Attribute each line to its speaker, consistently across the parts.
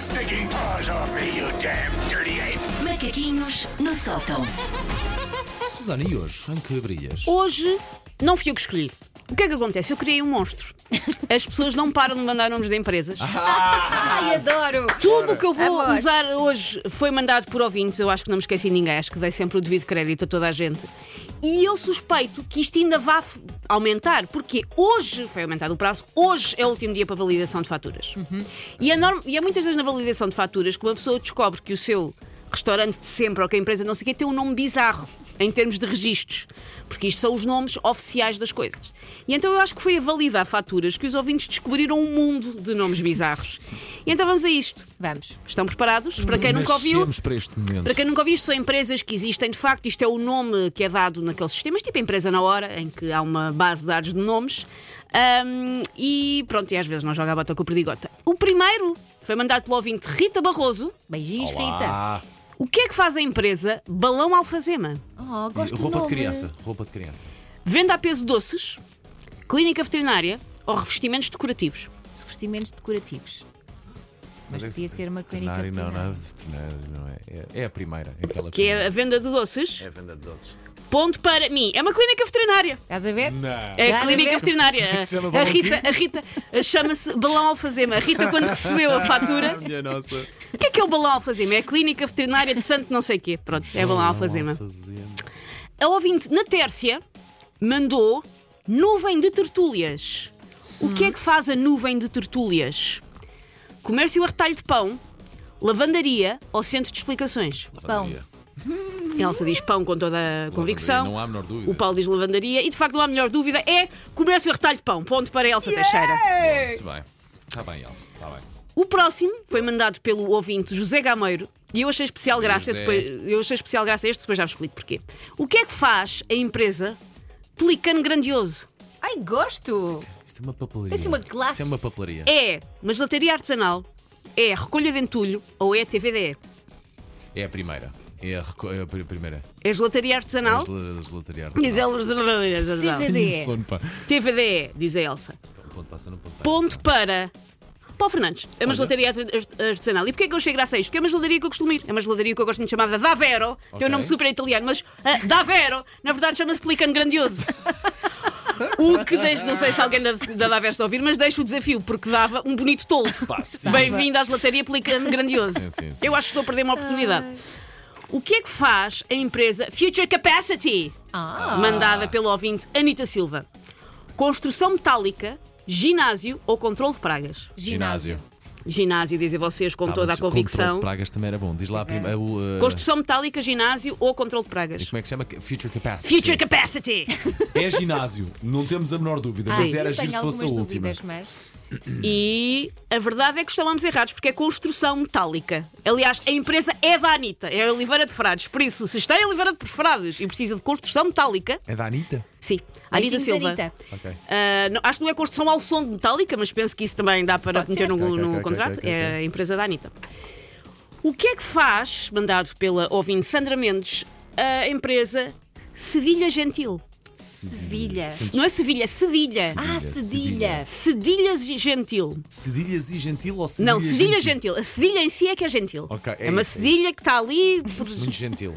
Speaker 1: stinking paws off me, you damn dirty ape!
Speaker 2: Macaquinhos no sótão.
Speaker 3: Susana, e hoje em que brilhas?
Speaker 4: Hoje não fui eu que escolhi. O que é que acontece? Eu criei um monstro. As pessoas não param de mandar nomes de empresas.
Speaker 5: Ai, adoro!
Speaker 4: Tudo o que eu vou
Speaker 5: Amor.
Speaker 4: usar hoje foi mandado por ouvintes. Eu acho que não me esqueci de ninguém. Acho que dei sempre o devido crédito a toda a gente. E eu suspeito que isto ainda vá f- aumentar, porque hoje foi aumentado o prazo, hoje é o último dia para validação de faturas. E, é norm- e é muitas vezes na validação de faturas que uma pessoa descobre que o seu restaurante de sempre ou que a empresa não sei o quê tem um nome bizarro em termos de registros, porque isto são os nomes oficiais das coisas. E então eu acho que foi a validar faturas que os ouvintes descobriram um mundo de nomes bizarros. E então vamos a isto.
Speaker 5: Vamos.
Speaker 4: Estão preparados? Para quem nunca
Speaker 5: um.
Speaker 4: ouviu.
Speaker 3: Nascemos para este momento.
Speaker 4: Para quem nunca ouviu, isto são empresas que existem, de facto, isto é o nome que é dado naqueles sistemas, tipo a empresa na hora, em que há uma base de dados de nomes. Ahm, e pronto, e às vezes não joga a bota com a perdigota. O primeiro foi mandado pelo ouvinte Rita Barroso.
Speaker 5: Beijinhos,
Speaker 3: Olá.
Speaker 4: O que é que faz a empresa Balão Alfazema?
Speaker 5: Rita. Oh, gosto
Speaker 3: Roupa
Speaker 5: do nome.
Speaker 3: de criança. Roupa de criança.
Speaker 4: Venda a peso de doces, clínica veterinária ou revestimentos decorativos?
Speaker 5: Revestimentos decorativos. Mas
Speaker 3: é que-
Speaker 5: podia ser uma clínica
Speaker 3: Veterinário, não, não,
Speaker 5: veterinária.
Speaker 3: veterinário, não é. É- É a primeira. é aquela
Speaker 4: Que é a
Speaker 3: primeira.
Speaker 4: venda de doces.
Speaker 3: a venda de doces.
Speaker 4: Ponto para mim. É uma clínica veterinária.
Speaker 5: Estás a ver?
Speaker 3: Não.
Speaker 4: É
Speaker 5: Nada
Speaker 4: a
Speaker 5: a
Speaker 4: clínica
Speaker 5: ver.
Speaker 4: veterinária.
Speaker 3: que se chama
Speaker 4: A
Speaker 3: balão
Speaker 4: Rita, a Rita chama-se Balão Alfazema. A Rita, quando recebeu a fatura.
Speaker 3: Minha nossa.
Speaker 4: O que é que é o Balão Alfazema? É a clínica veterinária de Santo não sei quê. Pronto, é Balão Alfazema. A ouvinte na Tércia mandou nuvem de tertúlias. O que é que faz a nuvem de tertúlias? Comércio a retalho de pão, lavandaria ou centro de explicações?
Speaker 5: Pão.
Speaker 4: A Elsa diz pão com toda a convicção.
Speaker 3: Não há a menor dúvida.
Speaker 4: O Paulo diz lavandaria e de facto não há melhor dúvida, é comércio a retalho de pão. Ponto para a Elsa Teixeira.
Speaker 3: Muito bem. Está bem, Elsa. Está bem.
Speaker 4: O próximo foi mandado pelo ouvinte José Gameiro e eu achei especial graça,
Speaker 3: José.
Speaker 4: depois, eu achei especial graça a este, depois já vos explico porquê. O que é que faz a empresa Pelicano Grandioso?
Speaker 5: Ai, gosto!
Speaker 3: Isto é uma papelaria.
Speaker 5: Parece uma classe.
Speaker 3: Isto é uma papelaria.
Speaker 4: É mas gelataria artesanal, é recolha de entulho ou é TVDE?
Speaker 3: É a primeira. É a, reco- é a pri- primeira.
Speaker 4: É gelataria
Speaker 3: É a
Speaker 4: artesanal?
Speaker 3: gel- a gelataria
Speaker 4: Diz
Speaker 5: é
Speaker 3: artesanal.
Speaker 4: ela.
Speaker 5: Diz DDE.
Speaker 3: Sono, pá.
Speaker 4: TVDE, diz a Elsa.
Speaker 3: Ponto passa, não ponto passa.
Speaker 4: Ponto para Paulo Fernandes. É uma gelataria arte- arte- artesanal. E porquê é que eu achei graça a isto? Porque é uma gelataria que eu costumo ir. É uma gelataria que eu gosto muito chamada Davvero, que é
Speaker 3: Ok.
Speaker 4: um nome super italiano, mas ah, Davvero, na verdade, chama-se Pelicano Grandioso. O que deixa, não sei se alguém da, da Davvero está a ouvir, mas deixo o desafio, porque dava um bonito toldo.
Speaker 3: sim.
Speaker 4: Bem-vindo à gelataria Pelicano Grandioso.
Speaker 3: Sim, sim, sim.
Speaker 4: Eu acho que estou a perder uma oportunidade. O que é que faz a empresa Future Capacity?
Speaker 5: Ah.
Speaker 4: Mandada pelo ouvinte Anita Silva. Construção metálica, ginásio ou controle de pragas?
Speaker 5: Ginásio.
Speaker 4: Ginásio, dizem vocês com
Speaker 3: Ah,
Speaker 4: toda a
Speaker 3: mas o controle
Speaker 4: convicção.
Speaker 3: de Pragas também era bom. Diz lá a
Speaker 5: é.
Speaker 3: primeira. o, uh,
Speaker 4: Construção metálica, ginásio ou controle de pragas?
Speaker 3: Como é que se chama? Future Capacity.
Speaker 4: Future Capacity!
Speaker 3: É ginásio, não temos a menor dúvida,
Speaker 5: Ah,
Speaker 3: mas
Speaker 5: eu
Speaker 3: era giro
Speaker 5: tenho
Speaker 3: se
Speaker 5: algumas
Speaker 3: fosse a última.
Speaker 5: dúvidas, mas.
Speaker 4: e a verdade é que estávamos errados, porque é construção metálica. Aliás, a empresa é da Anitta, é a Oliveira de Frades. Por isso, se está em Oliveira de Frades e precisa de construção metálica,
Speaker 3: É da Anitta?
Speaker 4: sim, a Anitta
Speaker 5: Beijinhos,
Speaker 4: Silva.
Speaker 5: Anitta.
Speaker 3: Ok.
Speaker 4: Ah, não- acho que não é construção ao som de Metallica, mas penso que isso também dá para
Speaker 5: Pode
Speaker 4: meter
Speaker 5: ser.
Speaker 4: no,
Speaker 3: Ok, ok,
Speaker 4: no
Speaker 3: ok,
Speaker 4: contrato.
Speaker 3: ok, ok.
Speaker 4: É a empresa da Anitta. O que é que faz, mandado pela ouvinte Sandra Mendes, a empresa Sedilha Gentil?
Speaker 3: hum,
Speaker 5: Sevilha.
Speaker 4: Não é Sevilha, Sedilha.
Speaker 5: Ah,
Speaker 3: Cedilha.
Speaker 5: Cedilha.
Speaker 4: Sedilha Gentil.
Speaker 3: Cedilhas e Gentil ou Cedilha
Speaker 4: Não, Sedilha gentil. A cedilha em si é que é gentil.
Speaker 3: Ok, é
Speaker 4: uma
Speaker 3: isso, é
Speaker 4: cedilha que está ali por
Speaker 3: Muito gentil.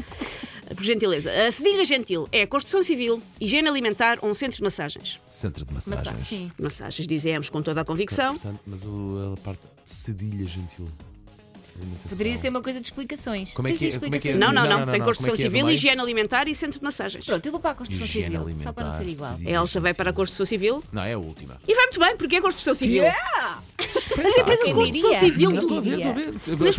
Speaker 4: por gentileza. A cedilha gentil é construção civil, higiene alimentar ou um centro de massagens.
Speaker 3: Centro de
Speaker 5: Mas,
Speaker 3: massagens.
Speaker 5: ah, sim.
Speaker 4: Massagens, dizemos com toda a convicção.
Speaker 3: Portanto, mas o, a parte de Cedilha Gentil. Alimentação.
Speaker 5: Poderia ser uma coisa de explicações.
Speaker 3: Como é
Speaker 5: Tens
Speaker 3: que é-
Speaker 5: explicações?
Speaker 3: como é
Speaker 4: Não,
Speaker 3: que
Speaker 4: não,
Speaker 3: Não,
Speaker 4: não.
Speaker 3: não, não,
Speaker 4: Tem
Speaker 3: não.
Speaker 4: construção
Speaker 3: Como é que é
Speaker 4: civil,
Speaker 3: também?
Speaker 4: higiene alimentar e centro de massagens.
Speaker 5: Pronto, eu vou para a construção
Speaker 3: Higiene
Speaker 5: civil,
Speaker 3: alimentar,
Speaker 5: só para não ser igual.
Speaker 3: cedilha
Speaker 4: A Elsa vai
Speaker 3: gentil.
Speaker 4: para a construção civil
Speaker 3: Não, é a última.
Speaker 4: e vai muito bem, porque é construção civil. As empresas de
Speaker 5: quem
Speaker 4: construção
Speaker 5: diria?
Speaker 4: civil
Speaker 5: Não,
Speaker 3: Estou a
Speaker 4: do
Speaker 3: ver, estou a ver. Aquela primeira de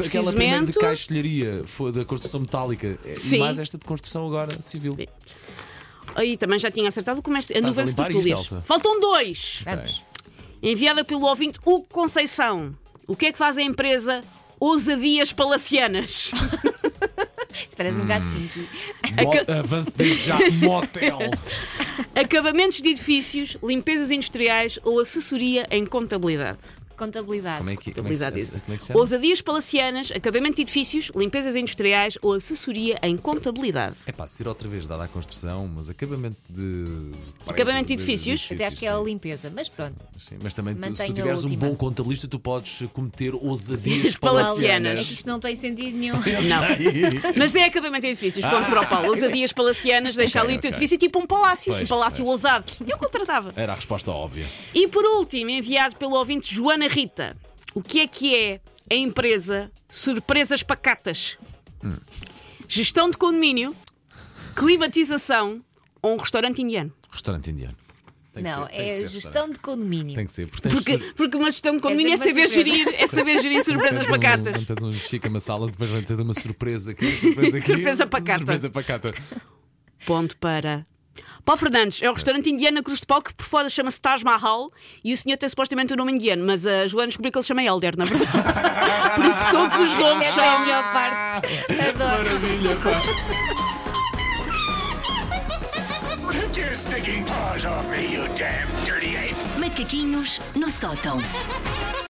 Speaker 4: precisamente-
Speaker 3: caixilharia foi da construção metálica é-
Speaker 4: Sim.
Speaker 3: e mais esta de construção agora civil.
Speaker 4: Aí também já tinha acertado o comércio. A
Speaker 3: Estás
Speaker 4: nuvem
Speaker 3: a
Speaker 4: de
Speaker 3: limpar isto,
Speaker 4: tertúlias.
Speaker 3: Elsa?
Speaker 4: Faltam dois.
Speaker 5: Vamos.
Speaker 4: Enviada pelo ouvinte Hugo Conceição. O que é que faz a empresa Ousadias Palacianas?
Speaker 5: Isto
Speaker 3: Hum.
Speaker 5: parece um bocado kinky.
Speaker 3: Mo- Avance desde já. Motel.
Speaker 4: Acabamentos de edifícios, limpezas industriais ou assessoria em contabilidade?
Speaker 5: Contabilidade.
Speaker 3: Como é que, como é que,
Speaker 4: Contabilidade.
Speaker 3: se- como é que se chama?
Speaker 4: Ousadias palacianas, acabamento de edifícios, limpezas industriais ou assessoria em contabilidade.
Speaker 3: É pá, ser outra vez dada à construção, mas acabamento de.
Speaker 4: Acabamento de edifícios?
Speaker 5: Até acho que é a
Speaker 3: sim.
Speaker 5: limpeza, mas pronto.
Speaker 3: Mas sim, Mas também, tu- se
Speaker 5: Mantenho
Speaker 3: tu
Speaker 5: a
Speaker 3: tiveres um
Speaker 5: última.
Speaker 3: bom contabilista, tu podes cometer ousadias
Speaker 4: Palacianas.
Speaker 3: palacianas.
Speaker 5: É que isto não tem sentido nenhum.
Speaker 4: Não. Mas é acabamento de edifícios. Pronto, para o Paulo. Ousadias palacianas, deixar
Speaker 3: Ah. Ok,
Speaker 4: ali o teu
Speaker 3: ok.
Speaker 4: edifício tipo um palácio. um
Speaker 3: Pois,
Speaker 4: palácio
Speaker 3: pois.
Speaker 4: ousado. Eu contratava.
Speaker 3: Era a resposta óbvia.
Speaker 4: E por último, enviado pelo ouvinte Joana Rita. O que é que é a empresa Surpresas Pacatas?
Speaker 3: Hum.
Speaker 4: Gestão de condomínio, climatização ou um restaurante indiano?
Speaker 3: Restaurante indiano. Tem que
Speaker 5: Não,
Speaker 3: ser, tem que
Speaker 5: é
Speaker 3: ser
Speaker 5: gestão
Speaker 3: restaurante.
Speaker 5: de condomínio.
Speaker 3: Tem que ser. Portanto,
Speaker 4: Porque, porque uma gestão de condomínio é,
Speaker 5: sempre uma
Speaker 4: saber
Speaker 5: surpresa.
Speaker 4: gerir, é saber gerir surpresas
Speaker 3: Quando tens um-
Speaker 4: pacatas.
Speaker 3: Quando tens um chico uma sala, depois vai ter uma surpresa aqui. Surpresa, aqui,
Speaker 4: Surpresa pacata.
Speaker 3: Surpresa pacata.
Speaker 4: Ponto para. Paulo Fernandes, é o restaurante indiano na Cruz de Pau que por fora chama-se Taj Mahal e o senhor tem supostamente o nome indiano, mas a Joana descobriu que ele se chama Elder, na verdade. por isso todos os nomes
Speaker 5: Essa é a
Speaker 4: são.
Speaker 5: melhor parte. Adoro.
Speaker 1: Take your stinking paws off me, you damn dirty ape!
Speaker 2: Macaquinhos no sótão.